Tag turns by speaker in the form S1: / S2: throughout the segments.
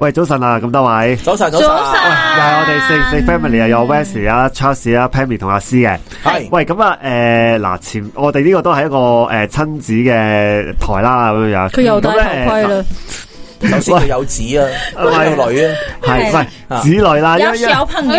S1: 喂，早晨啊，咁多位，
S2: 早晨，
S3: 早
S2: 晨，
S1: 喂，又係我哋四零四 family 啊，有 Wesley 啊、Charles 啊、Pammy 同阿 C 嘅。
S2: 係
S1: 喂，咁啊，誒嗱，前我哋呢個都係一個誒親子嘅台啦，咁樣。
S3: 佢又戴
S1: 咁呢
S3: 頭盔，啦，
S2: 首先佢有子啊，
S1: 喂
S2: 有女啊，
S1: 呃係
S3: 係
S1: 唔係子女啦？啊因為因為
S3: 朋
S1: 即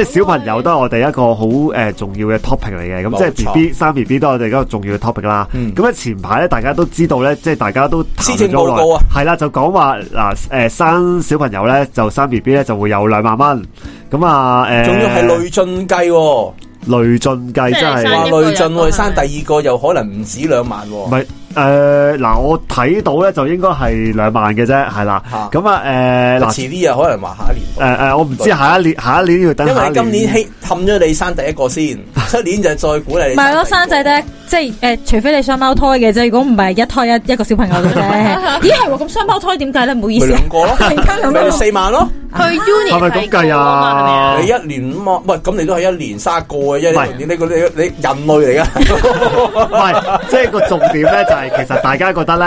S1: 係小朋友都係我哋一個好誒、呃重要嘅 topic 嚟嘅，咁
S2: 冇
S1: 即係
S2: 錯
S1: B B 生 B B 都係我哋一個重要嘅 topic 啦。
S2: 嗯
S1: 咁咧、前排咧，大家都知道咧，即係大家都談
S2: 施政
S1: 咗好
S2: 報告啊
S1: 耐，係啦，就講話嗱誒生小朋友咧就生 B B 咧就會有兩萬蚊，咁啊誒，
S2: 仲要係累進計喎，
S1: 累進計
S3: 即係
S1: 真係
S3: 生
S2: 話
S3: 一個人
S2: 累進
S3: 都
S2: 喎，
S3: 係
S2: 生第二個又可能唔止兩萬
S1: 唔
S2: 喎，
S1: 係誒嗱，我睇到咧就應該係兩萬嘅啫，係啦，
S2: 嚇
S1: 咁啊誒嗱
S2: 遲啲啊，可能話下一年。
S1: 誒誒，我唔知下一年下一年要等
S2: 因
S1: 下
S2: 為
S1: 一
S2: 你今年希氹咗你生第一個先，出年就再鼓勵你。
S3: 唔係咯，生仔，咧，即係诶，誒除非你雙胞胎嘅啫，如果唔係一胎一一個小朋友嘅 啫。咦，係喎，咁雙胞胎點解咧？唔好意
S2: 咪
S3: 思，
S2: 兩 個咯，
S3: 突然間諗
S2: 咪
S3: 到
S2: 四萬咯，
S4: 去 uni
S1: 啊係咪咁計啊
S2: 你一年五萬，喂，咁你都係一年生一個嘅
S1: 唔係
S2: 啫，你你個你你人類嚟 噶，
S1: 唔係，即係個重點咧，就係其實大家覺得咧，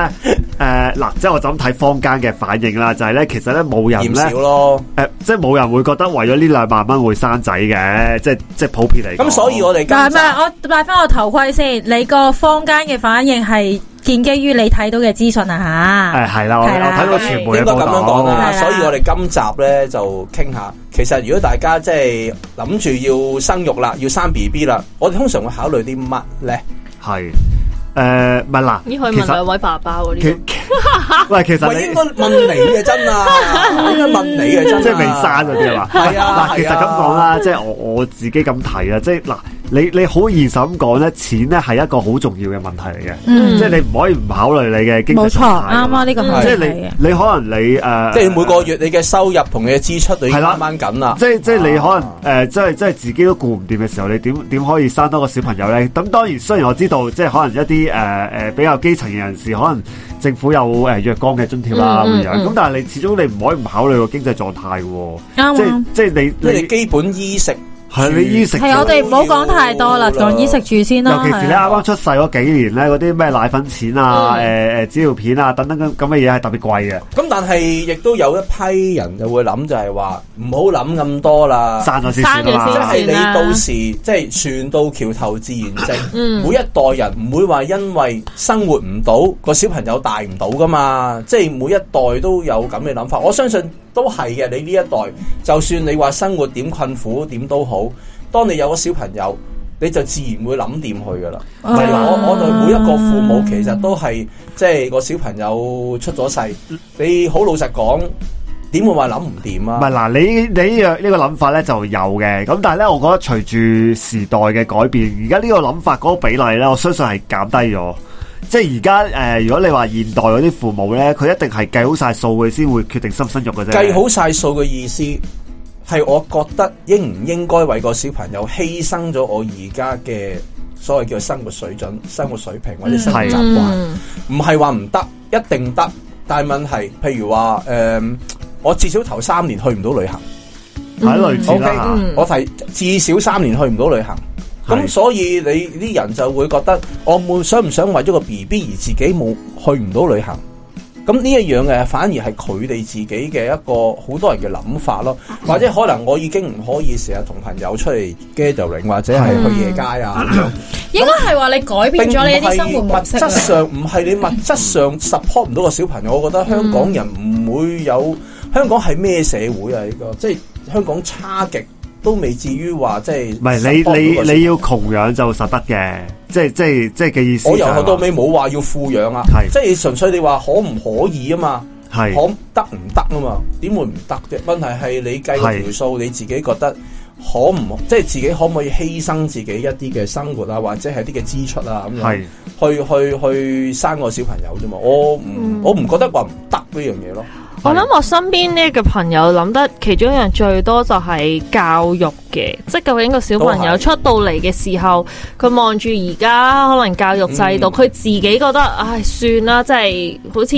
S1: 誒、嗱，即係我就咁睇坊間嘅反應啦，就係、咧，其實咧冇人
S2: 嫌
S1: 咧，
S2: 少
S1: 誒、
S2: 咯。
S1: 即係冇人會覺得為咗呢兩萬蚊會生仔嘅，即係即係普遍嚟講。
S2: 咁所以我哋
S3: 但係
S2: 今
S3: 咪我戴翻個頭盔先？你個坊間嘅反應係建基於你睇到嘅資訊啊吓。
S1: 誒呃係啦，我我
S3: 係啦
S1: 睇到傳媒嘅
S2: 應該
S1: 報
S2: 咁樣講
S1: 導，
S2: 啦，
S3: 係啦
S2: 所以我哋今集咧就傾下，其實如果大家即係諗住要生育啦，要生 B B 啦，我哋通常會考慮啲乜咧？
S1: 係誒唔係嗱，
S4: 咦，可以
S1: 其
S4: 問兩
S1: 實
S4: 位爸爸喎呢
S1: 其
S4: 度。
S1: 喂，其實
S2: 喂，應
S1: 你
S2: 該。問你嘅 真啊，應該問你嘅真啊，
S1: 即係未生嗰啲啊嘛，
S2: 係啊
S1: 嗱，其實咁講啦，即係我我自己咁睇啊啦，即係嗱，你你好現實咁講咧，錢咧係一個好重要嘅問題嚟嘅，
S3: 嗯
S1: 即係你唔可以唔考慮你嘅經濟
S3: 冇
S1: 狀態
S3: 錯，
S1: 㗎嘛
S3: 啱啊，呢個
S2: 係
S1: 即係
S3: 係係嘅。
S1: 你你可能你呃诶，
S2: 即係每個月你嘅收入同你嘅支出你已經
S1: 係啦
S2: 掹掹緊啦。
S1: 即係即係你可能
S2: 啊
S1: 诶，即係即係自己都顧唔掂嘅時候，你點點可以生多個小朋友咧？咁當然，雖然我知道即係可能一啲诶诶比較基層嘅人士，可能政府有诶若干嘅津貼啦咁
S4: 嗯嗯
S1: 樣，咁但係你始終你唔可以唔考慮個經濟狀態嘅喎，即
S3: 啱啊
S1: 係即係
S2: 即
S1: 你
S2: 係
S1: 你
S2: 基本衣食
S1: 係你衣食
S3: 啊係我哋唔好講太多啦，講衣食住先
S1: 尤
S3: 啦。
S1: 其是
S3: 係
S1: 咧，
S3: 啊
S1: 啱啱出世嗰幾年咧，嗰啲咩奶粉錢啊、誒誒、
S4: 嗯
S1: 紙尿片啊等等咁咁嘅嘢係特別貴嘅，
S2: 咁，但係亦都有一批人就會諗，就係話唔好諗咁多啦。
S1: 散咗先算啦
S4: 散咗
S1: 嘛
S4: 先
S2: 即
S4: 啦
S2: 係你到時即係船到橋頭自然直，
S4: 嗯
S2: 每一代人唔會話因為生活唔到個小朋友大唔到噶嘛，即係每一代都有咁嘅諗法。我相信都係嘅，你呢一代就算你話生活點困苦點都好，當你有個小朋友。你就自然會諗掂佢噶啦，即係我我對每一個父母其實都係即係個小朋友出咗世，你好老實講，點會話諗唔掂
S1: 唔
S2: 啊？
S1: 係嗱，你你呢樣呢個諗法咧就有嘅，咁但係咧，我覺得隨住時代嘅改變，而家呢個諗法嗰個比例咧，我相信係減低咗。即係而家誒，如果你話現代嗰啲父母咧，佢一定係計好晒數嘅先會決定生唔生育嘅啫。
S2: 計好晒數嘅意思係，我覺得應唔應該為個小朋友犧牲咗我而家嘅所謂叫生活水準、生活水平或者生活習慣，
S4: 嗯，
S2: 唔係話唔得，一定得。但係問題，譬如話誒、嗯我至少頭三年去唔到旅行
S1: 係類似
S2: ，OK，、
S1: 啦嚇
S4: 嗯
S2: 我提至少三年去唔到旅行。
S1: 係
S2: 咁所以你啲人就會覺得，我冇想唔想為咗個 B B 而自己冇去唔到旅行？咁呢一樣嘅反而係佢哋自己嘅一個好多人嘅諗法咯，或者可能我已經唔可以成日同朋友出嚟 gathering 或者係去夜街啊，咁樣
S4: 應該係話你改變咗你一啲生活
S2: 並唔
S4: 模
S2: 係
S4: 式
S2: 物質
S4: 啊。
S2: 上唔係你物質 上 support 唔到個小朋友，我覺得香港人唔會有香港係咩社會啊？呢、個即係香港差極都未至於話即係
S1: 唔係你
S2: support 到
S1: 你
S2: 個小
S1: 你要窮養就實得嘅，即係即係即係嘅意思
S2: 我
S1: 就係
S2: 由
S1: 話。
S2: 頭到尾冇話要富養啊，
S1: 係
S2: 即係純粹你話可唔可以啊嘛，可
S1: 係
S2: 得唔得啊嘛？點會唔得啫？問題係你計個
S1: 係
S2: 條數，你自己覺得可唔即係自己可唔可以犧牲自己一啲嘅生活啊，或者係一啲嘅支出啊咁樣
S1: 係。
S2: 去去去生個小朋友啫嘛？我唔、
S4: 嗯
S2: 我唔覺得話唔得呢樣嘢咯。
S4: 我諗我身邊呢嘅朋友諗得其中一樣最多就係教育嘅，即係究竟個小朋友
S2: 都係
S4: 出到嚟嘅時候，佢望住而家可能教育制度，佢、自己覺得唉算啦，即係好似。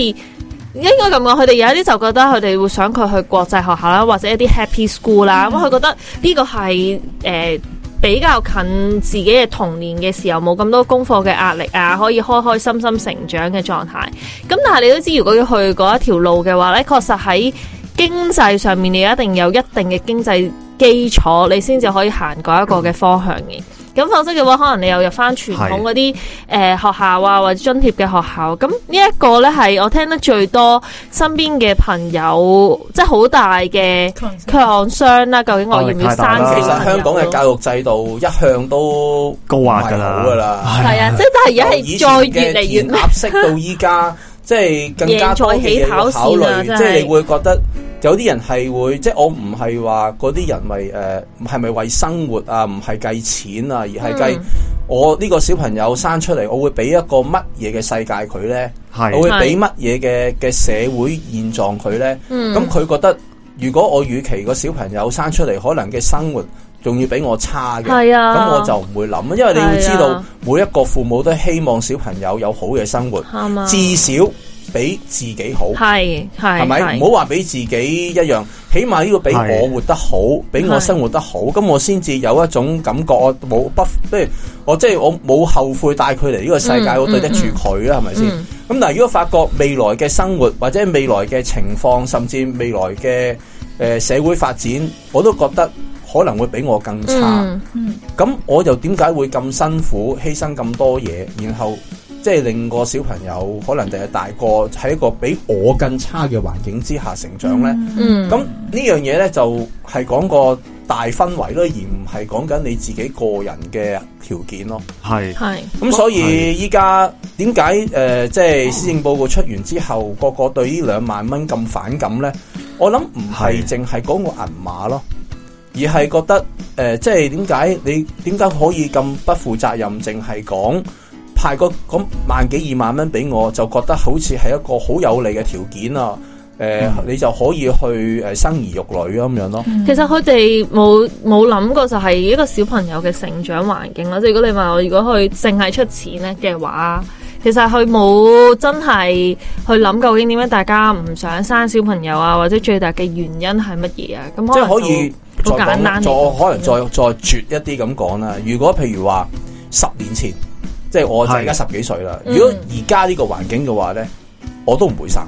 S4: 應該咁講，佢哋有一啲就覺得佢哋會想佢去國際學校啦，或者一啲 happy school 啦，咁佢、覺得呢個係誒、呃比較近自己嘅童年嘅時候，冇咁多功課嘅壓力啊，可以開開心心成長嘅狀態。咁但係你都知，如果要去嗰一條路嘅話咧，確實喺經濟上面你一定有一定嘅經濟基礎，你先至可以行嗰一個嘅方向嘅。咁否則嘅話，可能你又入翻傳統嗰啲誒學校啊，或者津貼嘅學校。咁呢一個呢，係我聽得最多身邊嘅朋友，即係好大嘅抗傷啦。究竟我要唔要生
S1: 壓
S2: 其
S1: 力太
S2: 實
S4: 小
S1: 大啦
S2: 香港嘅
S4: 朋友
S2: 教育制度一向都
S1: 高壓㗎
S2: 唔係
S1: 啦
S2: 好㗎啦。
S4: 係啊，即係但係而家係再越嗯嚟越咩？
S2: 合適到依家，即係更 加多嘅嘢要考慮，
S4: 贏在起跑線啊
S2: 即
S4: 真係
S2: 係你會覺得有啲人係會，即係我唔係話嗰啲人為誒係咪為生活啊，唔係計錢啊，而係計
S4: 嗯
S2: 我呢個小朋友生出嚟，我會俾一個乜嘢嘅世界佢咧？我
S1: 係
S2: 會俾乜嘢嘅嘅社會現狀佢咧？
S4: 嗯
S2: 咁佢、覺得，如果我與其個小朋友生出嚟，可能嘅生活仲要比我差嘅，
S4: 係啊
S2: 咁我就唔會諗，因為你要知
S4: 係
S2: 道
S4: 啊，
S2: 每一個父母都希望小朋友有好嘅生活，
S4: 啱啊，
S2: 至少比自己好，
S4: 係係
S2: 係咪？唔好話比自己一樣，起碼呢個比
S1: 係
S2: 我活得好，比我生活得好，咁我先至有一種感覺，我冇不即係我即係我冇後悔帶佢嚟呢個世界，
S4: 嗯
S2: 我對得住佢啦，係咪先？
S4: 嗯
S2: 咁但係如果發覺未來嘅生活或者未來嘅情況，甚至未來嘅誒、呃社會發展，我都覺得可能會比我更差。
S4: 嗯
S2: 咁、我又點解會咁辛苦犧牲咁多嘢，然後即係令個小朋友可能第日大個喺一個比我更差嘅環境之下成長呢？
S4: 嗯
S2: 咁呢樣嘢呢，就係講個大氛圍咯，而唔係講緊你自己個人嘅條件咯。
S1: 係
S4: 係
S2: 咁所以依家點解誒，即係施政報告出完之後，個個對呢兩萬蚊咁反感咧？我諗唔係
S1: 係
S2: 淨係講個銀碼咯，而係覺得誒、呃即係點解你點解可以咁不負責任，淨係講派個咁萬幾二萬蚊俾我，就覺得好似係一個好有利嘅條件啊！誒、你就可以去誒生兒育女啊咁樣咯。
S4: 其實佢哋冇冇諗過就係一個小朋友嘅成長環境啦。即係如果你問我，如果佢淨係出錢咧嘅話，其實佢冇真係去諗究竟點解大家唔想生小朋友啊，或者最大嘅原因係乜嘢啊？咁
S2: 即係
S4: 能
S2: 可以再
S4: 就好簡
S2: 講，
S4: 單
S2: 再
S4: 嚟
S2: 可能再再絕一啲咁講啦。如果譬如話十年前，即係我就
S1: 係
S2: 而家十幾歲啦。
S4: 嗯
S2: 如果而家呢個環境嘅話咧，我都唔會生。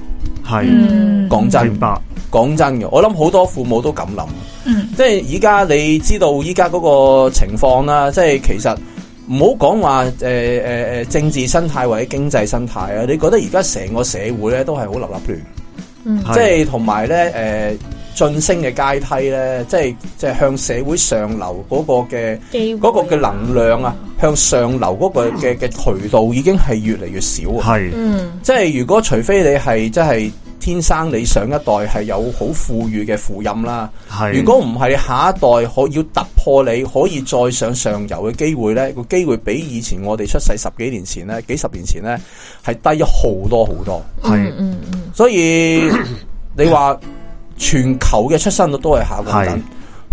S1: 係
S3: 嗯
S2: 講真，
S1: 明白
S2: 講真嘅，我諗好多父母都咁諗。
S3: 嗯
S2: 即係而家你知道依家嗰個情況啦，即係其實唔好講話誒誒誒政治生態或者經濟生態啊，你覺得而家成個社會咧都係好立立亂。
S4: 嗯
S1: 係
S2: 即係同埋咧誒晉升嘅階梯咧，即係即係向社會上流嗰個嘅
S4: 機會
S2: 嗰個嘅能量啊，向上流嗰個嘅嘅渠道已經係越嚟越少啊！
S1: 係
S4: 嗯
S2: 即係如果除非你係即係天生你上一代係有好富裕嘅父蔭啦，
S1: 係。
S2: 嗯如果唔係下一代可要突破你可以再上上游嘅機會咧，個機會比以前我哋出世十幾年前咧、幾十年前咧係低咗好多好多。
S1: 係
S4: 嗯嗯嗯
S2: 所以你話全球嘅出生率都係下降緊，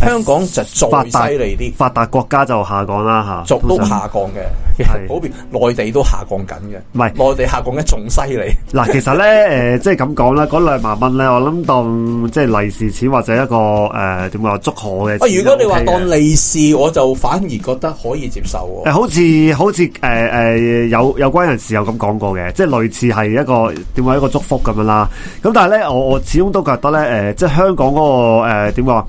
S2: 香港就
S1: 發
S2: 再
S1: 達
S2: 犀利
S1: 發達國家就下降啦吓，
S2: 啲，逐都
S1: 通常
S2: 下降嘅，
S1: 係
S2: 普遍內地都下降緊嘅，
S1: 唔係
S2: 內地下降得仲犀利，
S1: 嗱，其實 咧，诶、即係咁講啦，嗰兩萬蚊咧，我諗當即係利是錢或者一個诶點講祝賀嘅
S2: 啊！
S1: 錢
S2: 如果你話
S1: OK 嘅
S2: 當利是，我就反而覺得可以接受
S1: 誒
S2: 喎。
S1: 呃好似好似誒誒有有關人士有咁講過嘅，即係類似係一個點講一個祝福咁樣啦。咁但係咧，我我始終都覺得咧誒、呃即係香港嗰、個誒點講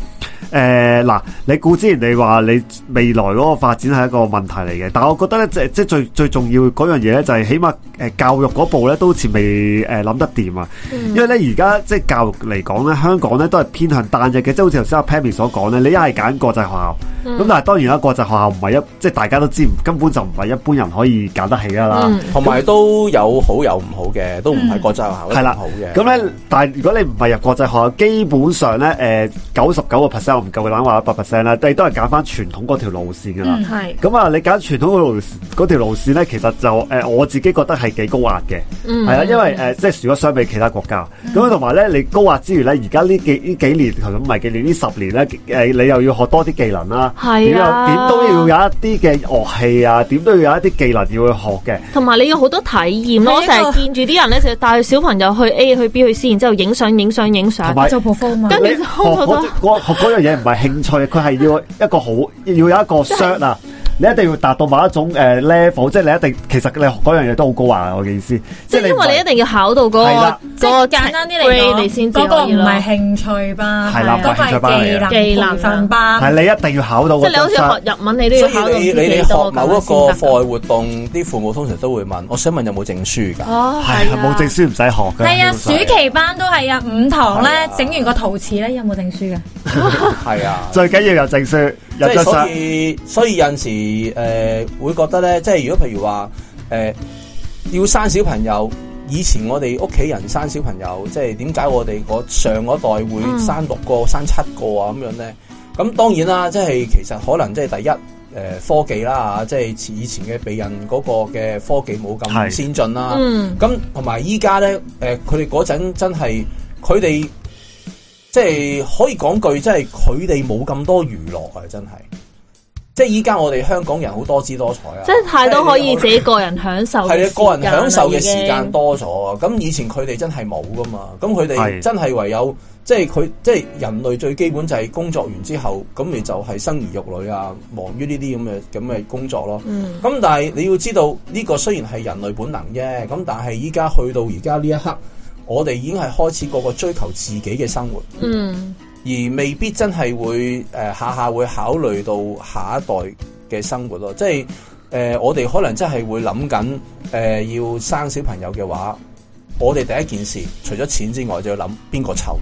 S1: 誒嗱，你顧之前你話你未來嗰個發展係一個問題嚟嘅，但係我覺得咧，即係即係最最重要嗰樣嘢咧，就係起碼誒教育嗰步咧都好似未誒諗得掂啊。因為咧而家即係教育嚟講咧，香港咧都係偏向單一嘅，即係好似頭先阿 Pammy 所講咧，你一係揀國際學校。咁但係當然啦，國際學校唔係一即係大家都知，根本就唔係一般人可以揀得起噶啦。
S4: 嗯
S2: 同埋都有好有唔好嘅，都唔係國際學校
S1: 嗯係
S2: 都唔
S1: 啦
S2: 好嘅。
S1: 咁咧，但係如果你唔係入國際學校，基本上咧，誒九十九個 percent 我唔夠膽話一百 percent 啦，你都係揀翻傳統嗰條路線噶啦。
S4: 係
S1: 咁啊，你揀傳統嗰路嗰條路線咧，其實就誒、呃我自己覺得係幾高壓嘅，
S4: 嗯
S1: 係啦、因為誒、呃即係如果相比其他國家，咁同埋咧，你高壓之餘咧，而家呢幾呢幾年，頭先唔係幾年，呢十年咧，誒、你又要學多啲技能啦，
S4: 係啊
S1: 點又點都要有一啲嘅樂器啊，點都要有一啲技能要去學嘅，
S4: 同埋你要好多體驗咯，我
S3: 係一
S4: 成
S3: 個
S4: 日見住啲人咧，就帶小朋友去 A 去 B 去 C，然之後影相影相影相
S1: 同，埋
S3: 做 p 嘛，
S4: 跟住
S1: 你
S4: 就
S1: 學嗰嗰學嗰樣嘢唔係興趣，佢係要一個好要有一個 shirt 啊，你一定要達到某一種誒、呃 level，即係你一定其實你學嗰樣嘢都好高啊！我嘅意思，
S4: 即係因為你一定要考到嗰
S1: 係啦
S4: 個
S3: 即
S4: 嗰個
S3: 係簡單啲
S4: grade
S3: 嚟講，
S4: 你先至
S3: 嗰個
S4: 可以
S3: 唔
S4: 咯。
S3: 係興趣班，
S1: 係啦
S3: 嗰
S1: 唔係興趣
S3: 個
S1: 班嚟
S3: 係
S1: 嘅
S3: 技
S4: 技能
S3: 能培訓班。
S1: 係你一定要考到
S4: 即
S1: 嗰
S4: 係你好似
S1: 張
S4: 學日文，你都要
S2: 所
S4: 考到
S2: 以你
S4: 自
S2: 你
S4: 己
S2: 你學
S4: 多咁
S2: 某一
S4: 樣
S2: 個
S4: 先得
S2: 課外活動，啲父母通常都會問：我想問有冇證書㗎？
S4: 哦，
S1: 係
S4: 啊
S1: 冇證書唔使學嘅。
S3: 係啊，
S1: 老
S3: 暑
S1: 實
S3: 期班都係啊，五
S2: 係
S3: 堂咧
S2: 啊
S3: 整完個陶瓷咧，有冇證書嘅？
S2: 係啊。
S1: 最緊要有證書，
S2: 即
S1: 有
S2: 係
S1: 張
S2: 所
S1: 相。
S2: 以，所以有陣時誒、呃、會覺得咧，即係如果譬如話誒、呃要生小朋友，以前我哋屋企人生小朋友，即係點解我哋嗰上嗰代會生六個、生七個啊咁樣咧？咁當然啦，即係其實可能即係第一。誒、科技啦嚇，即係以前嘅避孕嗰個嘅科技冇
S1: 係
S2: 咁先進啦。
S4: 嗯
S2: 咁同埋依家咧，誒佢哋嗰陣真係佢哋即係可以講句，即係佢哋冇咁多娛樂啊！真係，即係依家我哋香港人好多姿多彩啊！
S4: 即係太多可以自己個人享受
S2: 係
S4: 嘅
S2: 你個人享受嘅時間
S4: 間啦
S2: 多咗啊！咁以前佢哋真係冇噶嘛，咁佢
S1: 係
S2: 哋真係唯有即係佢即係人類最基本就係工作完之後，咁你就係生兒育女啊，忙於呢啲咁嘅咁嘅工作咯。
S4: 嗯
S2: 咁但係你要知道呢、個雖然係人類本能啫，咁但係依家去到而家呢一刻，我哋已經係開始個個追求自己嘅生活，
S4: 已經嗯
S2: 而未必真係會誒、呃下下會考慮到下一代嘅生活咯。即係誒、呃我哋可能真係會諗緊誒要生小朋友嘅話，我哋第一件事除咗錢之外，就要諗邊個湊，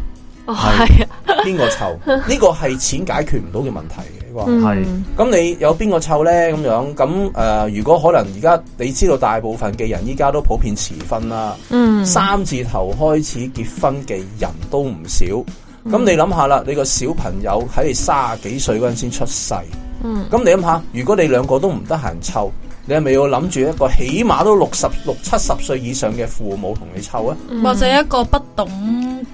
S4: 哦係啊
S2: 邊個湊，呢個係錢解決唔到嘅問題嘅。呢個係
S4: 嗯
S1: 係
S2: 咁你有邊個湊呢？咁樣咁誒、呃如果可能而家你知道大部分嘅人依家都普遍遲婚啦，
S4: 嗯
S2: 三字頭開始結婚嘅人都唔少。
S4: 嗯
S2: 咁你諗下啦，你個小朋友喺你卅幾歲嗰陣先出世，咁
S4: 嗯
S2: 你諗下，如果你兩個都唔得閒湊，你係咪要諗住一個起碼都六十六七十歲以上嘅父母同你湊啊？
S4: 嗯啊
S3: 或者一個不懂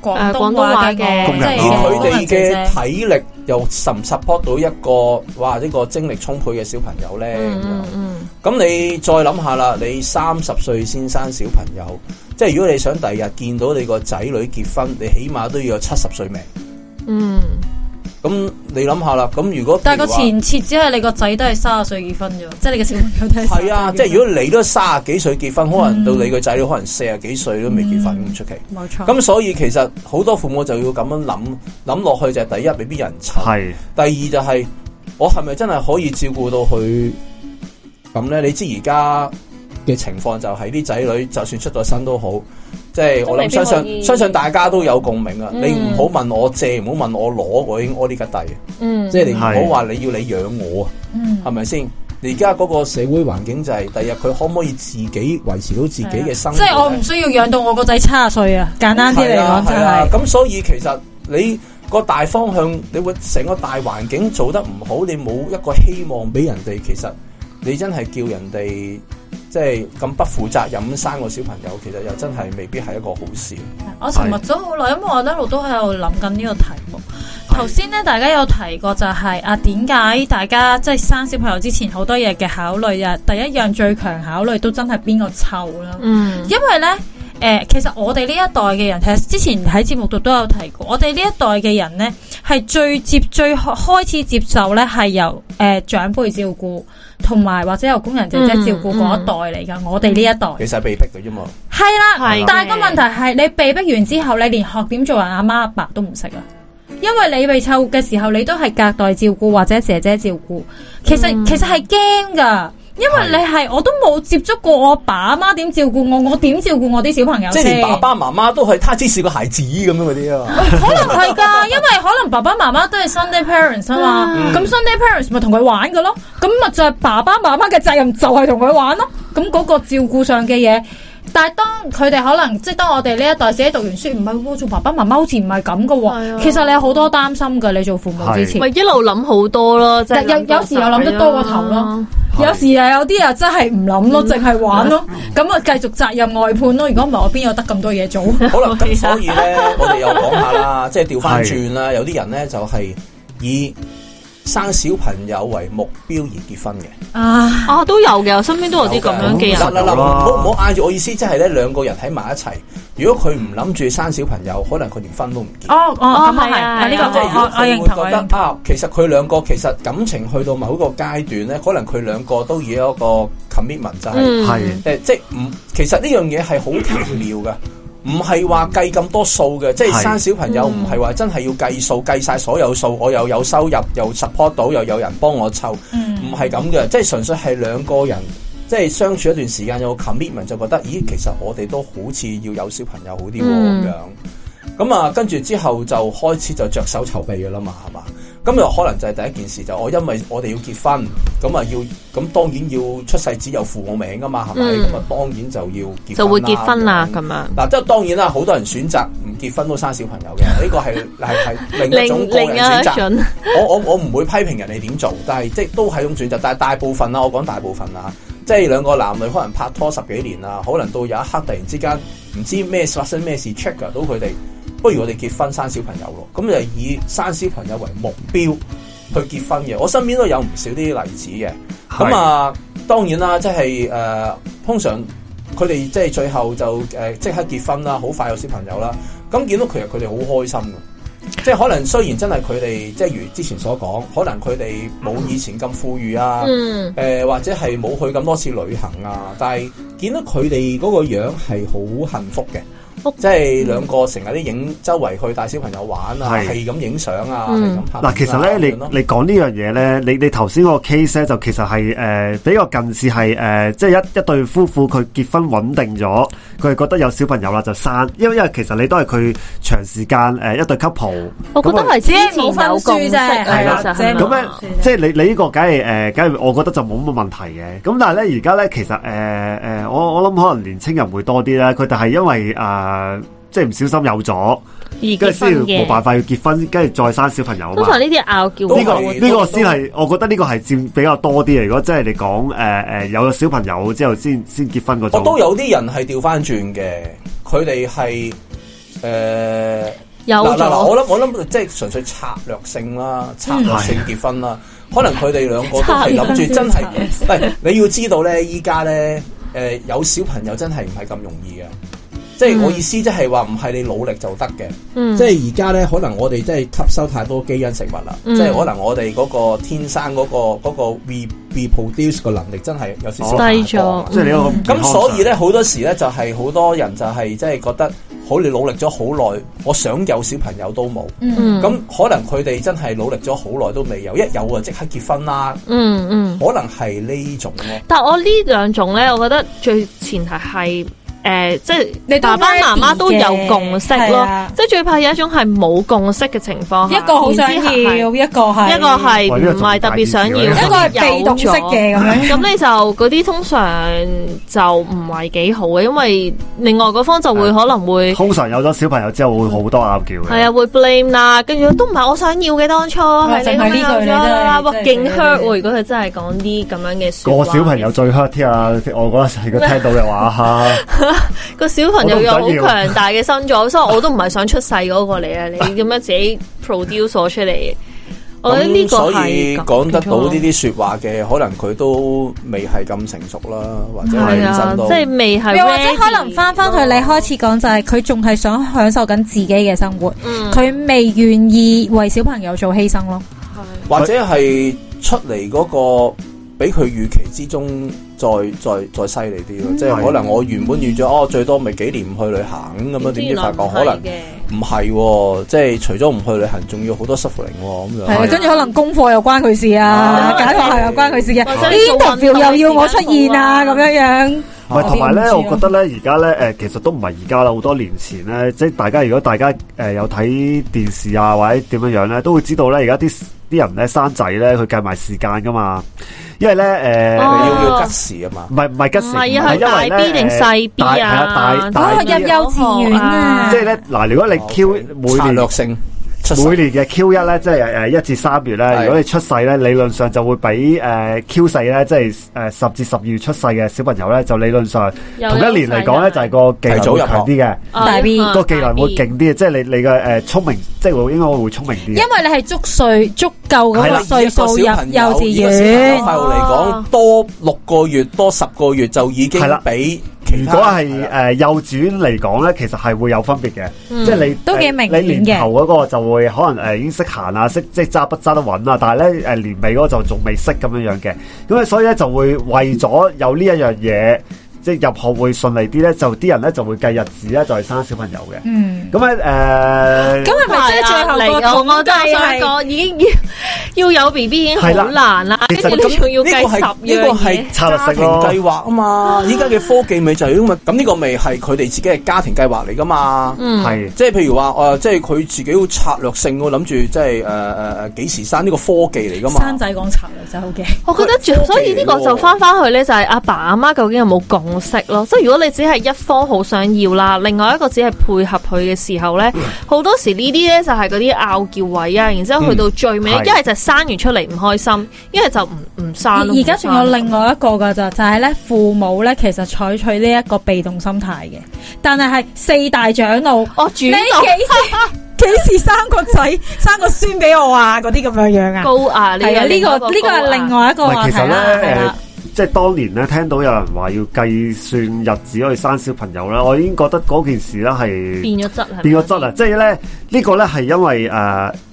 S3: 廣東話嘅我，
S4: 誒廣東
S3: 即
S4: 話嘅
S1: 係
S2: 而
S3: 係
S1: 哦
S2: 佢
S3: 工
S2: 哋
S3: 人姐姐。
S2: 嘅體力又 support 唔 support 到一個哇呢、個精力充沛嘅小朋友呢？咁樣
S4: 嗯嗯嗯
S2: 咁你再諗下啦，你三十歲先生小朋友，即係如果你想第日見到你個仔女結婚，你起碼都要有七十歲命。
S4: 嗯
S2: 咁你諗下啦，咁如果
S3: 但係個
S2: 譬如話
S3: 前設只係你個仔都係卅歲結婚啫，即係你嘅小朋友都係30歲嗯
S2: 係啊，
S3: 結婚
S2: 即係如果你都三十幾歲結婚，可能到你個仔女可能四十幾歲都未結婚，唔出奇。
S3: 冇錯。
S2: 咁所以其實好多父母就要咁樣諗諗落去，就係第一未必有人湊，
S1: 係
S2: 第二就係、我係咪真係可以照顧到佢咁呢？你知而家嘅情況就係啲仔女就算出咗身都好，即係我諗
S4: 都未必可
S2: 相
S4: 以
S2: 信相信大家都有共鳴啊！
S4: 嗯
S2: 你唔好問我借，唔好問我攞，我已經屙呢吉底，
S4: 嗯
S2: 即係你唔好
S1: 係
S2: 話你要你養我啊，
S3: 嗯
S2: 係咪先？你而家嗰個社會環境就係、第日佢可唔可以自己維持到自己嘅
S4: 啊
S2: 生活
S3: 即
S2: 呢？
S3: 係我唔需要養到我個仔七十歲啊，簡單啲嚟講就
S2: 係啊
S3: 係。
S2: 咁、所以其實你個大方向，你會成個大環境做得唔好，你冇一個希望俾人哋，其實你真係叫人哋即係咁不負責任咁生個小朋友，其實又真係未必係一個好 事。
S3: 我沉默咗好耐，因為我一路都喺度諗緊呢個題目。頭先咧，大家有提過就係、啊，點解大家即係生小朋友之前好多嘢嘅考慮啊？第一樣最強考慮都真係邊個湊啦。
S4: 嗯
S3: 因為咧，誒、其實我哋呢一代嘅人，其實之前喺節目度都有提過，我哋呢一代嘅人呢，係最接最開開始接受呢，係由誒、呃、長輩照顧，同埋或者由工人姐姐照顧嗰
S4: 嗯
S3: 一代嚟㗎。我哋呢一代
S2: 其實係被逼嘅啫嘛，
S3: 係啦，
S4: 係嘅
S3: 但係個問題係你被逼完之後，你連學點做人阿媽阿爸都唔識啊！因為你被湊嘅時候，你都係隔代照顧或者姐姐照顧，其實、
S2: 嗯
S3: 其實係驚噶，因為你係我都冇接觸過我阿爸阿媽點照顧我，我點照顧我啲小朋友
S2: 即係
S3: 先？
S2: 連爸爸媽媽都係他只是個孩子咁樣嗰啲 啊。
S3: 可能係噶，因為可能爸爸媽媽都係 Sunday parents 啊嘛，咁 Sunday parents 咪同佢玩嘅咯，咁咪就係爸爸媽媽嘅責任就係同佢玩咯，咁嗰個照顧上嘅嘢。但係當佢哋可能即係當我哋呢一代自己讀完書，唔係喎，做爸爸媽媽好似唔係咁嘅
S4: 係啊
S3: 喎。其實你有好多擔心嘅，你做父母之前
S4: 咪，一路諗好多咯，即係
S3: 有有時又諗得多過頭咯。有啊嗯時又有啲又真係唔諗咯，淨係玩咯。咁啊，繼續責任外判咯。如果唔係，我邊有得咁多嘢做？啊
S2: 好啦，咁所以咧，我哋又講下啦，即係調翻轉啦，有啲人咧就係以生小朋友為目標而結婚嘅。
S3: 啊，
S4: 啊都有嘅，我身邊都
S3: 哦
S4: 有啲咁樣嘅
S1: 有
S4: 人
S1: 㗎。
S2: 嗱嗱嗱唔好唔好嗌住我意思，即係咧兩個人喺埋一齊，如果佢唔諗住生小朋友，可能佢連婚都唔結。
S3: 哦哦，咁啊
S4: 係啊
S3: 係，嗱呢
S4: 係啊
S3: 個
S2: 即係
S3: 我
S2: 如
S3: 我
S2: 果
S3: 我
S2: 佢
S3: 認
S2: 會
S3: 同我認
S2: 覺
S3: 同
S2: 得啊，其實佢兩個其實感情去到某一個階段咧，可能佢兩個都要有一個 commitment，就係、
S4: 嗯，
S1: 係
S2: 誒，即係唔，其實呢樣嘢係好奇妙嘅，唔係話計咁多數嘅，即
S1: 係
S2: 係生小朋友唔
S3: 嗯
S2: 係話真係要計數，計晒所有數，我又有收入，又 support 到，又有人幫我湊，
S3: 嗯
S2: 唔係咁嘅，即係純粹係兩個人。即係相處一段時間有個 commitment 就覺得，咦，其實我哋都好似要有小朋友好啲喎咁
S4: 嗯
S2: 樣。咁啊，跟住之後就開始就着手籌備嘅啦嘛，係嘛？咁又可能就係第一件事就我因為我哋要結婚，咁啊要咁當然要出世紙有父母名噶嘛，係咪？
S4: 嗯
S2: 咁啊、當然就要結婚
S4: 就會結婚啦
S2: 咁
S4: 咁
S2: 樣
S4: 樣。
S2: 嗱，即係當然啦，好多人選擇唔結婚都生小朋友嘅，呢個係係係另一種
S4: 另
S2: 個
S4: 另
S2: 人
S4: 一
S2: 選擇。
S4: 種，
S2: 我我我唔會批評人哋點做，但係即係都係一種選擇。但係大部分啦，我講大部分啦，即係兩個男女可能拍拖十幾年啊啦，可能到有一刻突然之間唔知咩發生咩事 check 到佢哋，不如我哋結婚生小朋友咯。咁就以生小朋友為目標去結婚嘅。我身邊都有唔少啲例子嘅。咁啊，當然啦，即係誒、呃通常佢哋即係最後就誒即、刻結婚啦，好快有小朋友啦。咁見到其實佢哋好開心嘅，即係可能雖然真係佢哋即係如之前所講，可能佢哋冇以前咁富裕啊。
S4: 嗯，
S2: 誒、或者係冇去咁多次旅行啊，但係見到佢哋嗰個樣係好幸福嘅
S4: 屋，
S2: 即係兩個成日啲影周圍去帶小朋友玩啊，
S1: 係
S2: 係咁影相啊，係
S4: 嗯
S2: 咁拍片啊。
S1: 嗱，其實咧，
S2: 咁樣
S1: 你
S2: 咯
S1: 你講呢樣嘢咧，你你頭先嗰個 case 咧，就其實係誒、呃比較近似係誒、呃即係一一對夫婦佢結婚穩定咗，佢係覺得有小朋友啦就生，因為因為其實你都係佢長時間誒、呃一對 couple，
S4: 我覺得係之
S3: 只係
S4: 前
S3: 冇
S4: 有
S3: 分
S4: 共
S3: 書
S4: 識
S3: 啫
S4: 啊
S3: 係啦
S4: 其實
S3: 即係
S4: 係
S3: 冇
S1: 咁
S4: 嘛
S1: 咧，即係你你呢個梗係誒，梗係我覺得就冇乜問題嘅。咁但係咧，而家咧其實誒誒、呃我我諗可能年青人會多啲啦。佢哋係因為誒、呃即係唔小心有咗，
S4: 而
S1: 跟住
S4: 結
S1: 先
S4: 婚
S1: 冇辦
S4: 嘅。
S1: 法要結婚，跟住再生小朋友啊
S4: 通
S1: 嘛。
S4: 常呢啲拗撬
S1: 呢、個
S2: 都係
S1: 呢、個先係，我覺得呢個係佔比較多啲嘅。如果真係你講誒誒有咗小朋友之後先先結婚嗰
S2: 我
S1: 種，
S2: 都有啲人係調翻轉嘅，佢哋係呃誒
S4: 有
S2: 嗱嗱嗱，
S4: 咗嗯
S2: 我諗我諗即係純粹策略性啦，策略性結婚啦，可能佢哋兩個都 係諗住真係，唔係你要知道咧，依家咧誒有小朋友真係唔係咁容易嘅。即係我意思，即係話唔係你努力就得嘅。
S4: 嗯
S2: 即係而家咧，可能我哋真係吸收太多基因食物啦。
S4: 嗯
S2: 即係可能我哋嗰個天生嗰、個嗰、個 re reproduce 個能力真係有少少
S1: 哦
S2: 下
S4: 低
S2: 降啊
S4: 咗，
S1: 即係你嗰個
S2: 咁所以咧，好多時咧就係、好多人就係即係覺得，好你努力咗好耐，我想有小朋友都冇。
S3: 嗯
S4: 嗯
S2: 咁、可能佢哋真係努力咗好耐都未有，一有啊即刻結婚啦，
S4: 嗯嗯。
S2: 可能係呢種咯。
S4: 但我呢兩種咧，我覺得最前提係誒、呃即
S3: 你
S4: 係
S3: 都
S4: 爸爸
S3: ready
S4: 媽媽都有共識
S3: 嘅係
S4: 咯
S3: 啊。
S4: 即係最怕有一種係冇共識嘅情況下，
S3: 一個好想
S4: 然之後係
S3: 要，一個係
S4: 一個係
S1: 哇呢個
S4: 唔係特別想要，
S1: 仲大件事
S3: 一個係被動式嘅咁樣，
S4: 咁你就嗰啲通常就唔係幾好嘅，因為另外嗰方就會可能會
S1: 通常有咗小朋友之後會好多拗撬嘅。
S4: 係啊，會 blame 啦，跟住都唔係我想要嘅，當初係你咁樣有咗啦，
S3: 淨係呢句你真
S4: 哇，
S3: 係
S4: 勁 hurt 喎！如果佢真係講啲咁樣嘅説
S1: 個
S4: 話，
S1: 小朋友最 hurt 啲啊！我覺得細個聽到嘅話
S4: 個小朋友有好強大嘅心臟，所以我都唔係想出世嗰個嚟啊！你咁樣自己 produce 我出嚟，我覺得呢
S2: 咁
S4: 個
S2: 所
S4: 係
S2: 以
S4: 咁
S2: 講得到呢啲説話嘅，可能佢都未係咁成熟啦，或者
S4: 係
S2: 係
S4: 啊
S2: 真，到
S4: 即係未係
S3: 又或者可能翻翻去你
S4: ready
S3: 開始講就係佢仲係想享受緊自己嘅生活，
S4: 嗯
S3: 佢未願意為小朋友做犧牲咯。
S2: 或者係出嚟嗰、個比佢預期之中再再再犀利啲咯，即
S4: 嗯
S2: 係可能我原本預咗哦，最多咪幾年唔去旅行咁樣，點知發覺可能唔係喎，即係除咗唔去旅行，仲要好多 suffering 喎咁
S3: 係啊，
S2: 樣。
S3: 跟住可能功課又關佢事啊，
S2: 啊
S3: 解學係又關佢事嘅
S4: 或者你做運動
S3: interview 又要我出現啊，咁
S4: 時間好啊
S3: 樣樣。
S1: 唔係，同埋咧，
S3: 我唔
S1: 我
S3: 知啊
S1: 覺得咧，而家咧，誒，其實都唔係而家啦，好多年前咧，即係大家如果大家誒、呃有睇電視啊，或者點樣樣咧，都會知道咧，而家啲啲人咧生仔咧，佢計埋時間噶嘛，因為咧，誒、呃
S4: 哦
S2: 要要吉時啊嘛
S1: 唔，係唔係吉時，
S4: 唔係
S1: 係
S4: 啊
S1: 因為
S4: 係大 B
S1: 呢
S4: 定
S1: 誒
S4: 細 B
S1: 大係
S4: 啊
S1: 大大
S3: 哦，入
S1: B
S3: 幼稚園啊，
S1: à.
S2: 哦
S1: 即係咧嗱，如果你 Q 每
S2: 策
S1: 年
S2: 略性，出世
S1: 每年嘅 Q 一咧，即係誒一至三月咧，
S2: 係
S1: 如果你出世咧，理論上就會俾誒 Q 四咧，即係誒十至十二月出世嘅小朋友咧，就理論上
S4: 有
S1: 同一年嚟講咧，就係個技能會強啲嘅。
S4: 啊 Ờ,
S3: 大 B
S1: 個技能會勁啲嘅，即係你你嘅誒聰明，即係會應該會聰明啲
S3: 因
S1: 嘅。
S3: 為你係足歲足夠
S1: 係
S3: 咁
S1: 啦
S3: 嘅歲數入
S2: 以一個小朋友
S3: 幼稚
S2: 以一個小朋友
S3: 園，
S2: 快活嚟
S4: 哦
S2: 講，多六個月、多十個月就已經
S1: 係啦
S2: 比
S1: 如
S2: 其他
S1: 果係誒幼稚園嚟講咧，其實係會有分別嘅，即係你呃
S3: 嗯都幾明顯嘅
S1: 你年頭嗰個就會可能誒已經識行啊，識即係揸筆揸得穩啊，但係咧誒年尾嗰個就仲未識咁樣樣嘅，咁啊所以咧就會為咗有呢一樣嘢，即係入學會順利啲咧，就啲人咧就會計日子咧，就係生小朋友嘅。
S3: 嗯，
S1: 咁呃咧誒，
S3: 咁係咪即係最後個
S4: 嚟，我
S3: 統
S4: 我真係
S3: 計
S4: 想
S3: 係
S4: 講，已經 要要有 B B 已經好難啦，
S1: 係啦
S4: 跟住你仲要
S2: 呢
S4: 計
S2: 個係
S4: 十
S2: 呢個
S4: 樣嘢
S2: 係。家庭計劃啊嘛，依家嘅科技咪就係因為咁呢個咪係佢哋自己嘅家庭計劃嚟噶嘛。
S4: 嗯，
S1: 係
S2: 即係譬如話誒、呃即係佢自己好策略性喎，諗住即係誒誒誒幾時生呢個科技嚟噶嘛？
S3: 生仔講策略真係好驚。
S4: 我覺得最
S2: 科技嚟喎
S4: 所以呢個就翻翻去咧，就係阿爸阿媽究竟有冇共識咯？即係如果你只係一方好想要啦，另外一個只係配合佢嘅時候咧，好多時呢啲咧就係嗰啲拗撬位啊，然之後去到最尾，一
S1: 係
S4: 係就生完出嚟唔開心，一係就唔唔生咯。
S3: 而而家仲有
S4: 唔生
S3: 另外一個㗎咋，就係咧父母咧其實採取呢一個被動心態嘅，但係係四大長老，
S4: 哦主
S3: 你
S4: 動
S3: 幾時幾時生個仔生個孫俾我啊？嗰啲咁樣樣啊？
S4: 高壓，你
S3: 係啊，
S4: 有
S3: 呢個
S4: 高壓
S3: 呢個係另外一個
S1: 唔
S3: 話
S1: 係，
S3: 題
S1: 其實
S3: 啦，哦係
S1: 咧
S3: 啦，
S1: 誒，即係當年咧聽到有人話要計算日子去生小朋友啦，我已經覺得嗰件事咧係
S4: 變咗質係咪
S1: 變咗質啦。即係咧呢個咧係因為誒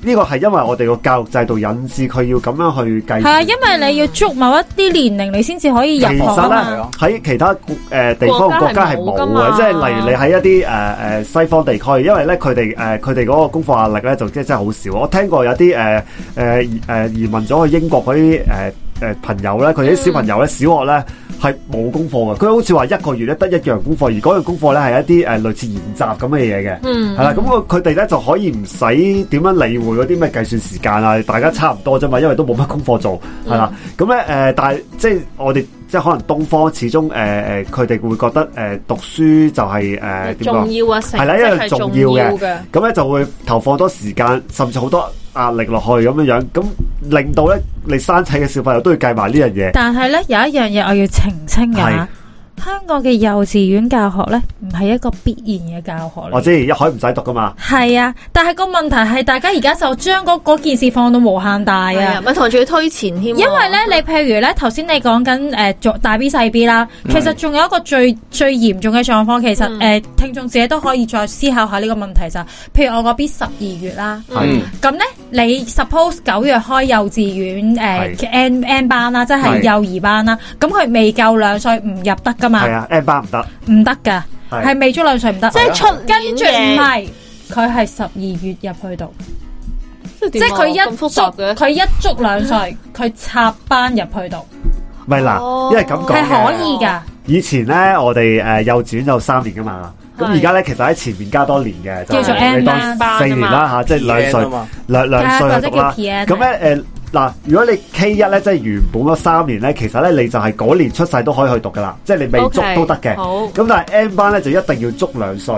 S1: 呢個係因為我哋個教育制度引致佢要咁樣去計
S3: 係啊，
S1: 算。
S3: 因為你要捉某一啲年齡，你先至可以
S1: 其
S3: 入學啊
S1: 實
S3: 嘛。
S1: 咧喺其他誒地方國
S4: 國
S1: 家
S4: 家
S1: 係
S4: 係
S1: 冇
S4: 冇㗎嘛
S1: 嘅，即係例如你喺一啲誒誒西方地區，因為咧佢哋誒佢哋嗰個功課壓力咧就即係真係好少。我聽過有啲誒誒誒移民咗去英國嗰啲誒誒朋友咧，佢哋啲小朋友咧小學咧係冇功課嘅，佢好似話一個月咧得一樣功課，而嗰樣功課咧係一啲誒類似研習咁嘅嘢嘅。
S4: 嗯
S1: 係啦，咁我佢哋咧就可以唔使點樣理會嗰啲咩計算時間啊，大家差唔多啫嘛，因為都冇乜功課做，
S4: 嗯
S1: 係啦。咁咧誒，但係即係我哋即係可能東方始終誒誒，呃佢、哋會覺得誒、呃、讀書就係誒點講
S4: 重？要啊，成
S1: 係啦因為
S4: 績係
S1: 重要
S4: 重
S1: 嘅
S4: 要嘅。
S3: 啊
S1: 咁咧就會投放多時間，甚至好多壓力落去咁樣樣，咁令到咧你生仔嘅小朋友都要計埋呢樣嘢。
S3: 但係咧有一樣嘢我要澄清
S1: 係
S3: 噶，香港嘅幼稚園教學咧唔係一個必然嘅教學
S1: 我
S3: 嚟。
S1: 知一海唔使讀噶嘛，
S3: 係啊，但係個問題係大家而家就將嗰嗰件事放到無限大
S4: 係啊，
S3: 啊。
S4: 咪同埋仲要推前添喎。啊
S3: 因為咧，你譬如咧，頭先你講緊誒做大 B 細 B 啦，其實仲有一個最最嚴重嘅狀況，其實誒、
S4: 嗯
S3: 呃、聽眾自己都可以再思考下呢個問題就係，譬如我個 B 十二月啦，
S1: 係
S2: 嗯
S3: 咁咧，你 suppose 九月開幼稚園誒
S1: 係
S3: N N 班啦，即係
S1: 係
S3: 幼兒班啦。咁佢未夠兩歲唔入得噶嘛
S1: 係，啊，M 班唔得，
S3: 唔得噶，
S1: 係
S3: 係未足兩歲唔得。
S4: 即
S1: 啊
S4: 係出啊
S3: 跟住唔
S4: 年嘅
S3: 係，佢係十二月入去到，即
S4: 即
S3: 係佢
S4: 咁
S3: 一足
S4: 複雜嘅，
S3: 佢一足兩歲，佢插班入去到
S1: 咪
S4: 哦
S1: 嗱，因為咁講啊
S3: 係
S1: 嘅
S3: 可以噶。
S1: 以前咧，我哋誒幼稚園有三年噶嘛，咁
S4: 係
S1: 而家咧其實喺前面加多年嘅，就
S3: 叫做
S1: 係你
S3: N
S1: 當
S3: 班
S4: 班
S1: 四
S4: 啊
S1: 年
S4: 嘛
S1: 啦吓，即係兩
S2: PN 啊
S1: 歲
S2: 嘛
S1: 兩兩
S3: 係啊
S1: 歲
S3: 或
S1: 去
S3: 者
S1: 讀啦。
S3: 叫 PN
S1: 咁咧誒嗱，如果你 K 一咧，即係原本嗰三年咧，其實咧你就係嗰年出世都可以去讀噶啦，即係你未足
S4: OK，
S1: 都得嘅。
S4: 好
S1: 咁但係 N 班咧就一定要足兩歲。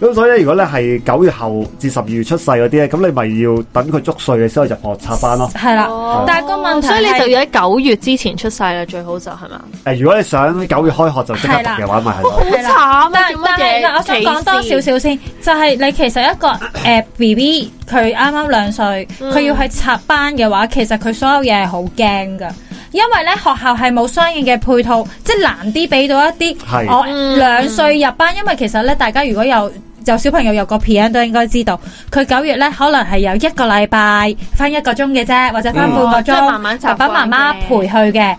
S1: 咁所以咧，如果咧係九月後至十二月出世嗰啲咧，咁你咪要等佢足歲嘅先可以入學插 班咯。
S3: 係啦
S4: 哦，
S3: 但係個問題
S4: 所以你
S3: 係
S4: 就要喺九月之前出世啦，最好就係嘛。
S1: 誒，如果你想九月開學就即刻
S3: 係啦
S1: 讀嘅話，咪係咯。
S3: 係啦
S4: 好慘啊！
S3: 但
S4: 做
S3: 但係嗱，我想
S4: 乜嘢
S3: 講多少
S4: 歧視？
S3: 少先，就係、你其實一個誒 B B 佢啱啱兩歲，
S4: 嗯
S3: 佢要去插班嘅話，其實佢所有嘢係好驚噶。因為咧學校係冇相應嘅配套，即係難啲俾到一啲
S1: 係
S3: 我
S4: 嗯
S3: 兩歲入班，因為其實咧大家如果有有小朋友入過 PN 都應該知道，佢九月咧可能係有一個禮拜翻一個鐘嘅啫，或者翻
S2: 嗯
S3: 半個
S4: 哦即
S3: 鐘，
S4: 係慢慢習慣
S3: 爸爸媽媽
S4: 嘅
S3: 陪佢嘅。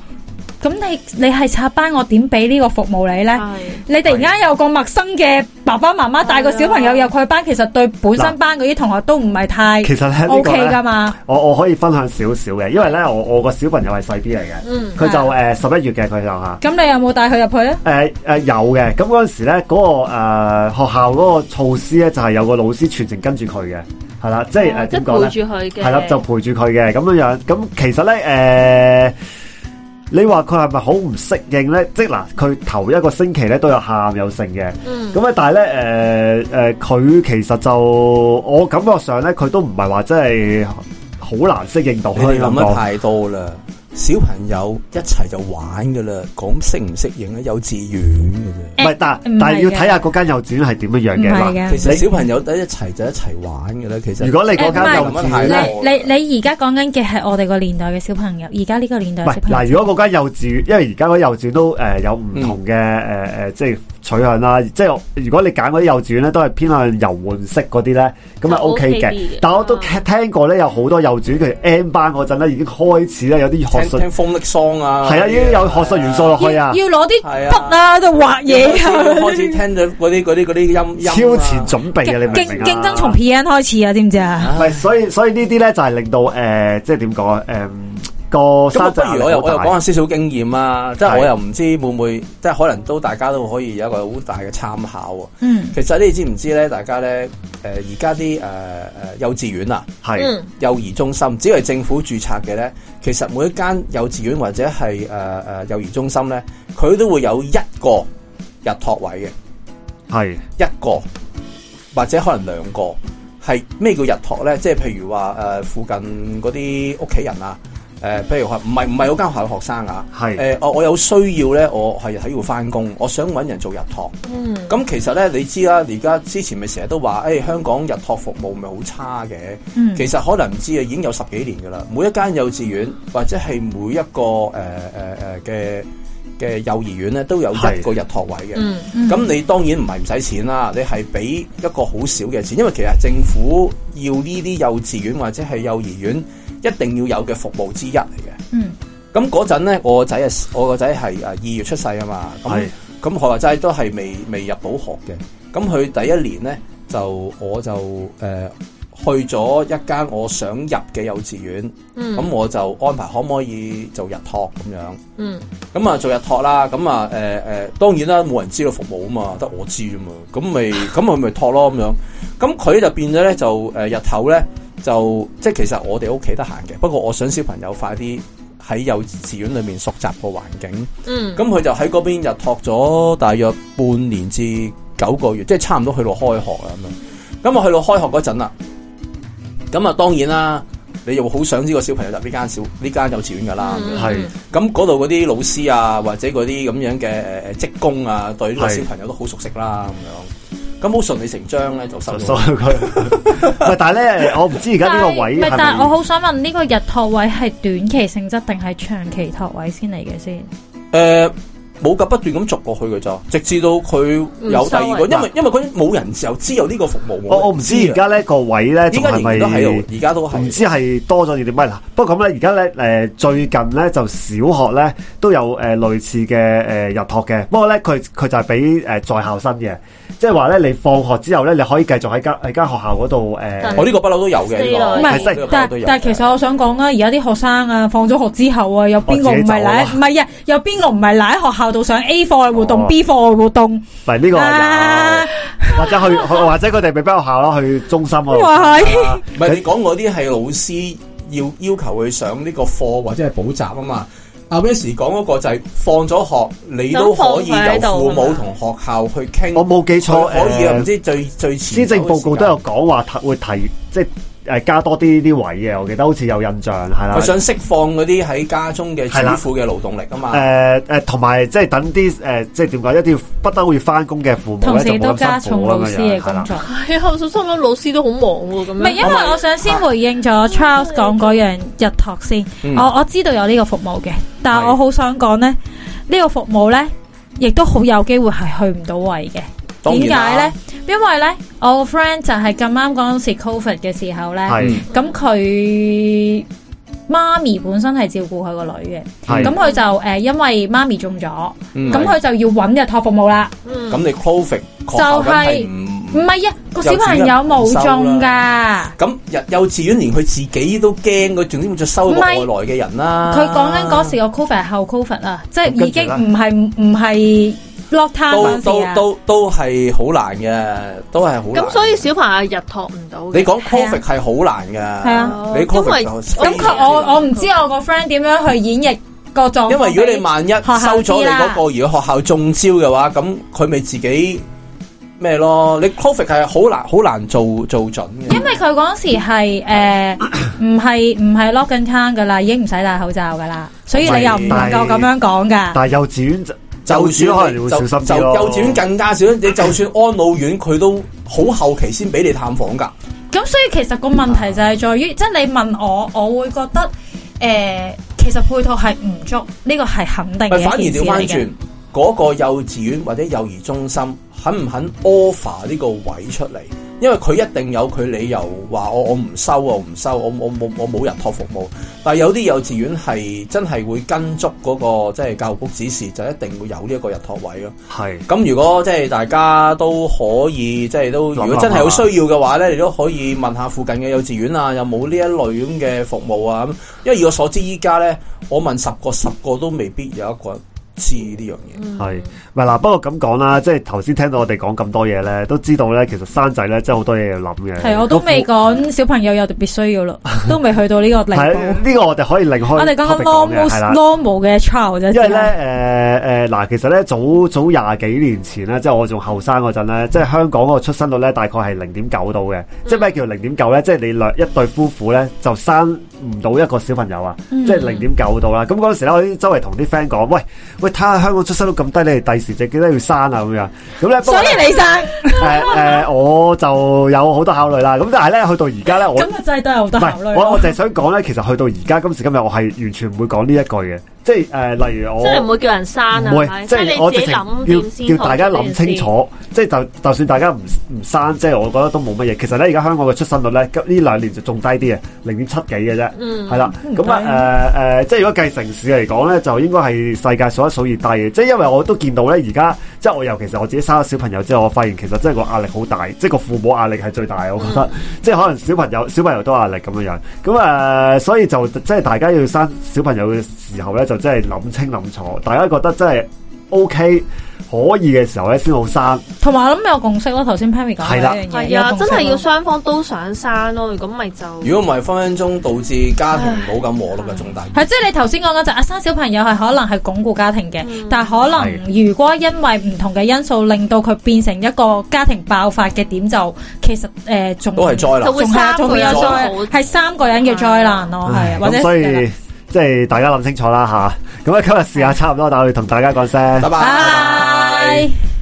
S3: 咁你你係插班，我點俾呢個服務你咧？
S4: 係
S3: 你突然間有個陌生嘅爸爸媽媽帶個小朋友入佢班，其實對本身班嗰啲同學都唔係
S4: 哎
S3: 太
S1: 啊其實咧呢個
S3: O
S1: 呢
S3: K 噶嘛。
S1: 我我可以分享少少嘅，因為咧我我個小朋友係細啲嚟
S4: 嗯
S1: 嘅，佢就誒十一月嘅佢就嚇。
S3: 咁你有冇帶佢入去啊咧？
S1: 誒誒、有嘅，咁嗰陣時咧，嗰、個誒、學校嗰個措施咧，就係、有個老師全程跟住佢嘅，係啦，即係誒呃
S4: 哦即
S1: 點
S4: 係
S1: 講
S4: 陪
S1: 咧？
S4: 住佢嘅，
S1: 係啦，就陪住佢嘅咁樣樣。咁其實咧誒、呃你話佢係咪好唔適應咧？即係嗱，佢頭一個星期咧都有喊有剩嘅，
S4: 嗯
S1: 咁啊，但係咧誒誒，佢、其實就我感覺上咧，佢都唔係話真係好難適應到
S2: 你
S1: 可以
S2: 哋
S1: 咁
S2: 諗得
S1: 講。
S2: 太多啦。小朋友一齊就玩噶啦，咁適唔適應咧？幼稚園嘅
S1: 唔係，但
S3: 唔係嘅
S1: 但係要睇下嗰間幼稚園係點樣樣
S3: 唔
S1: 嘅
S3: 係
S1: 嗱。
S2: 啫。其
S3: 嘅。
S2: 實
S1: 你
S2: 小朋友得一齊就一齊玩嘅啦。其實
S1: 如果你嗰
S3: 誒
S1: 間幼
S3: 唔
S1: 稚
S2: 係
S1: 園
S2: 係啦
S1: 咧，
S3: 你你你而家講緊嘅係我哋個年代嘅小朋友，而家呢個年代
S1: 唔
S3: 嘅
S1: 係
S3: 小朋友。
S1: 嗱，如果嗰間幼稚園，因為而家嗰啲幼稚園都誒有唔同嘅
S3: 嗯
S1: 誒誒，即係取向啦。即係如果你揀嗰啲幼稚園咧，都係偏向遊玩式嗰啲咧，咁啊
S4: 就
S1: OK 嘅
S4: OK 啲嘅。
S1: 但我都
S3: 嗯
S4: 啊
S1: 聽過咧，有好多幼稚園佢 N 班嗰陣咧，已經開始咧有啲學
S2: 聽
S1: 術
S2: 聽風力桑啊，
S1: 係啊，已經有學術 元素落
S3: 要
S1: 去啊，
S3: 要攞啲
S2: 係啊
S3: 筆啊，喺度畫嘢啊
S2: 開始開始聽咗嗰啲嗰啲嗰啲音音啊
S1: 超前準備嘅，你明唔
S3: 競
S1: 明啊？
S3: 競爭從 PN 開始啊，知唔知啊？
S1: 唔係，所以所以呢啲咧就係令到誒，即係點講啊？誒個
S2: 咁啊
S1: 生
S2: 不
S1: 仔壓力
S2: 如我又
S1: 好
S2: 我又
S1: 大
S2: 講下少少經驗啊，即係
S1: 係
S2: 我又唔知會唔會，即係可能都大家都可以有一個好大嘅參考啊。
S3: 嗯，
S2: 其實你哋知唔知咧？大家咧，誒而家啲誒誒幼稚園啊、
S1: 係
S4: 嗯，
S2: 幼兒中心，只要係政府註冊嘅咧，其實每一間幼稚園或者係誒誒幼兒中心咧，佢都會有一個日托位嘅。
S1: 係
S2: 一個或者可能兩個係咩叫日托咧？即係譬如話誒、呃附近嗰啲屋企人啊，誒、譬如話唔係唔係嗰間學校學生啊，誒、
S1: 係
S2: 我我有需要咧，我係喺度翻工，我想揾人做日托。
S4: 嗯，
S2: 咁其實咧，你知啦，而家之前咪成日都話，誒、哎香港日托服務咪好差嘅。
S3: 嗯
S2: 其實可能唔知啊，已經有十幾年噶啦。每一間幼稚園或者係每一個誒誒誒呃嘅嘅幼兒園咧，都有一
S1: 係
S2: 個日托位嘅。
S4: 嗯，
S2: 咁你當然唔係唔使錢啦，你係俾一個好少嘅錢，因為其實政府要呢啲幼稚園或者係幼兒園一定要有嘅服務之一嚟嘅。
S3: 嗯
S2: 咁嗰陣咧，我個仔係我個仔係誒二月出世啊嘛，咁
S1: 係
S2: 咁學話齋都係未未入到學嘅。咁佢第一年咧就我就誒、呃去咗一間我想入嘅幼稚園，咁、
S4: 嗯，
S2: 我就安排可唔可以做日托咁樣。
S4: 嗯，
S2: 咁啊做日托啦，咁啊誒誒，當然啦，冇人知道服務啊嘛，得我知啊嘛，咁咪 咁咪咪托咯咁樣。咁佢就變咗咧就誒、呃日頭咧就即係其實我哋屋企得閒嘅，不過我想小朋友快啲喺幼稚園裏面熟習個環境，
S4: 嗯，
S2: 咁佢就喺嗰邊日托咗大約半年至九個月，即係差唔多去到開學啦咁樣。咁啊去到開學嗰陣啦，咁啊當然啦，你又好想知個小朋友入呢間小呢間幼稚園噶啦。咁樣
S4: 嗯
S1: 啊係
S2: 咁嗰度嗰啲老師啊，或者嗰啲咁樣嘅誒誒職工啊，對呢個
S1: 係
S2: 小朋友都好熟悉啦，咁樣咁好順理成章咧就收
S1: 就
S2: 咗
S1: 所。以 佢。唔係，但係咧，我唔知而家呢個位
S3: 但係唔係
S1: 係
S3: 但係
S1: 咪
S3: 我好想問呢個日托位係短期性質定係長期托位先嚟嘅先？
S2: 誒呃冇㗎，不斷咁續過去嘅咋，直至到佢有第二個，
S4: 唔收
S2: 因為因為嗰啲冇人又知有呢個服務。
S1: 我我唔知而家咧個位咧
S2: 依
S1: 仲
S2: 家
S1: 係
S2: 仍然都喺度，
S1: 咪
S2: 而家都
S1: 唔
S2: 係。
S1: 知係多咗定點乜啦？不過咁咧，而家咧誒最近咧就小學咧都有誒、呃、類似嘅誒、呃入學嘅，不過咧佢佢就係俾誒在校生嘅，即係話咧你放學之後咧你可以繼續喺間喺間學校嗰度誒
S4: 但
S2: 我呢個不嬲都有嘅，
S4: 四
S2: 呢個
S4: 內
S3: 唔係
S2: 呢個不嬲
S3: 啊但
S2: 都有嘅
S3: 但係其實我想講啊，而家啲學生啊，放咗學之後啊，有邊個唔係
S1: 我
S3: 賴？
S1: 自
S3: 唔係啊，有邊個唔係賴喺學校度上 A 課嘅活動、
S1: 哦
S3: B 課嘅活動
S1: 唔係呢個有
S3: 啊？。
S1: 或者 去，去或者佢哋未必有效啦，去中心嗰度。
S3: 哇！哎係
S2: 啊唔係你講嗰啲係老師要要求佢上呢個課或者係補習啊嘛。阿 Wes 講嗰個就係放咗學，你都可以由
S3: 啊
S2: 父母同學校去傾。
S1: 我冇記錯，
S2: 佢可以啊，唔
S1: 誒，
S2: 知最最
S1: 施
S2: 前
S1: 政報告都有講話提會提，即係誒加多啲啲位嘅，我記得好似有印象係啦
S2: 佢。想釋放嗰啲喺家中嘅主
S1: 係啦
S2: 婦嘅勞動力啊嘛。
S1: 誒誒，同埋即係等啲誒，即係點講，一定要不得會翻工嘅父母
S3: 同
S1: 咧，就
S3: 時
S1: 冇
S3: 都加
S1: 咁辛
S3: 重
S1: 苦
S3: 老
S1: 咁樣
S3: 師嘅
S1: 樣係
S3: 工
S1: 啦。
S3: 作。
S4: 係啊，我心諗老師都好忙喎，嗯咁啊
S3: 唔係，因
S4: 樣，
S3: 為我想先回應咗 Charles 講嗰樣日托先。
S2: 嗯
S3: 我我知道有呢個服務嘅，但係
S2: 係
S3: 我好想講呢，呢、個服務呢，亦都好有機會係去唔到位嘅。
S2: 當
S3: 點
S2: 然
S3: 解
S2: 啦
S3: 呢？？因為呢，我個 friend 就係咁啱嗰陣時 Covid 嘅時候呢，
S1: 係
S3: 咁佢媽咪本身係照顧佢個女嘅，
S1: 係
S3: 咁佢就誒、呃因為媽咪中咗，
S2: 嗯
S3: 咁佢就要揾日托服務啦。
S1: 啊
S4: 嗯，
S2: 咁你 Covid 確效緊係
S3: 唔
S2: 唔
S3: 係啊，個小朋友冇中
S2: 幼稚園唔收
S3: 㗎。
S2: 咁幼幼稚園連佢自己都驚，佢仲點會再收一個
S3: 唔
S2: 外
S3: 係
S2: 來嘅人啦？
S3: 佢講緊嗰時個 covid 係後 covid 啊，即係已
S1: 咁
S3: 經
S1: 跟
S3: 唔係唔係 lockdown
S2: 都
S3: 嗰陣
S2: 都
S3: 時啊。
S2: 都都係好難嘅，都係好難。
S4: 咁所以小朋友日托唔到嘅，
S2: 你講 Covid 係好難㗎，
S3: 啊
S2: 你
S4: 因為
S2: Covid
S4: 咁
S2: 就非
S4: 佢
S3: 咁
S2: 常之
S3: 佢我
S2: 難
S3: 我唔知我個 friend 點樣去演繹個狀況俾
S2: 因為如果你萬一收咗你嗰、個，如果學校中招嘅話，咁佢咪自己咩咯？你 Covid 係好難好難做做準嘅
S3: 因。為佢嗰時係誒唔係唔係 lock in town 噶啦，已經唔使戴口罩噶啦，所以你又唔能夠咁樣講噶。
S1: 但係幼稚園就
S2: 就
S1: 幼稚園可
S2: 算
S1: 能會
S2: 就
S1: 小心
S2: 就
S1: 啲咯
S2: 幼稚園更加少，你就算安老院佢都好後期先俾你探訪㗎。
S3: 咁所以其實個問題就係在於，即係你問我，我會覺得誒，其實配套係唔足，呢個係肯
S2: 咪
S3: 定嘅
S2: 反而
S3: 一件事
S2: 調翻
S3: 嚟
S2: 轉
S3: 嘅。，
S2: 嗰、個幼稚園或者幼兒中心肯唔肯 offer 呢個位出嚟？因為佢一定有佢理由話我我唔收啊我唔收我我冇我冇人托服務，但係有啲幼稚園係真係會跟足嗰、個即係教育局指示，就一定會有呢一個日托位咯。
S1: 係
S2: 咁如果即係大家都可以，即係都
S1: 諗
S2: 如果真係
S1: 諗
S2: 好
S1: 下
S2: 需要嘅話咧，你都可以問下附近嘅幼稚園啊，有冇呢一類咁嘅服務啊？咁因為以我所知，依家咧我問十個十個都未必有一個人知呢樣嘢。
S1: 係咪嗱？不過咁講啦，即係頭先聽到我哋講咁多嘢咧，都知道咧，其實生仔咧真係好多嘢要諗嘅。
S3: 係我都
S1: 個
S3: 未
S1: 父
S3: 講小朋友有特別 需要咯，都未去到呢個地
S1: 係
S3: 步。
S1: 呢個我哋可以另開
S3: 我哋啊
S1: topic
S3: 講緊
S1: 講嘅
S3: normal
S1: 係啦。
S3: normal 嘅 child 啫，
S1: 因為
S3: 只
S1: 咧，誒誒
S3: 係
S1: 嗱，其實咧早早廿幾年前咧，即係我仲後生嗰陣咧，即係香港嗰個出生率咧，大概係零點九度
S3: 嗯
S1: 嘅。即係咩叫零點九咧？即係你兩一對夫婦咧，就生唔到一個小朋友啊，
S3: 嗯
S1: 即係零點九度啦。咁嗰陣時咧，我啲周圍同啲 friend 講，喂喂，睇下香港出生率咁低，你哋第時就記得要生啊咁樣。咁咧，不過
S3: 所
S1: 呢
S3: 以你生
S1: 誒誒，我就有好多考慮啦。咁但係咧，去到而家咧，我
S3: 咁就真係都有好
S1: 唔
S3: 多考
S1: 係
S3: 慮
S1: 我我
S3: 咯。
S1: 就係想講咧，其實去到而家今時今日，我係完全唔會講呢一句嘅。即係誒、呃例如我
S4: 即系唔會叫人生啊，
S1: 唔
S4: 係咪
S1: 會，即
S4: 係
S1: 係
S4: 你
S1: 我
S4: 自
S1: 直
S4: 己
S1: 情
S4: 諗點先
S1: 要要大家
S4: 學到呢
S1: 諗
S4: 件
S1: 清
S4: 事。
S1: 楚，即係就就算大家唔唔生，即係我覺得都冇乜嘢。其實咧，而家香港嘅出生率咧，今呢兩年就仲低啲嘅，零點七幾嘅啫，
S4: 嗯
S1: 係啦。咁啊誒誒，即係如果計城市嚟講咧，就應該係世界數一數二低嘅。即係因為我都見到咧，而家即係我尤其是我自己生咗小朋友之後，我發現其實真係個壓力好大，即係個父母壓力係最大嘅，我覺得。即係可能小朋友小朋友都有壓力咁樣樣。咁誒、呃所以就即係大家要生小朋友嘅時候咧，就真係諗清諗楚，大家覺得真係 OK 可以嘅時候咧，先好生。
S3: 同埋我諗有共識咯，頭先 Pammy 講嘅
S1: 係啦
S3: 呢樣嘢，
S4: 係啊，
S3: 有共
S4: 真
S3: 識咯
S4: 係要雙方都想生咯，如果唔係就
S2: 如果唔係分分鐘導致家庭冇咁和睦嘅重大。
S3: 係，即係你頭先講嗰就啊，生小朋友係可能係鞏固家庭嘅，
S4: 嗯
S3: 但係可能如果因為唔同嘅因素令到佢變成一個家庭爆發嘅點，就其實誒仲
S2: 都係災難
S4: 就會
S3: 仲係
S4: 三
S3: 仲
S4: 個
S3: 會有
S4: 人都好
S3: 災，係三個人嘅災難咯，係啊，或者
S1: 嗯咁所以即係大家諗清楚啦吓。咁啊，今日時間差唔多，但係我哋同大家講聲。
S2: 拜
S3: 拜
S2: 拜
S3: 拜。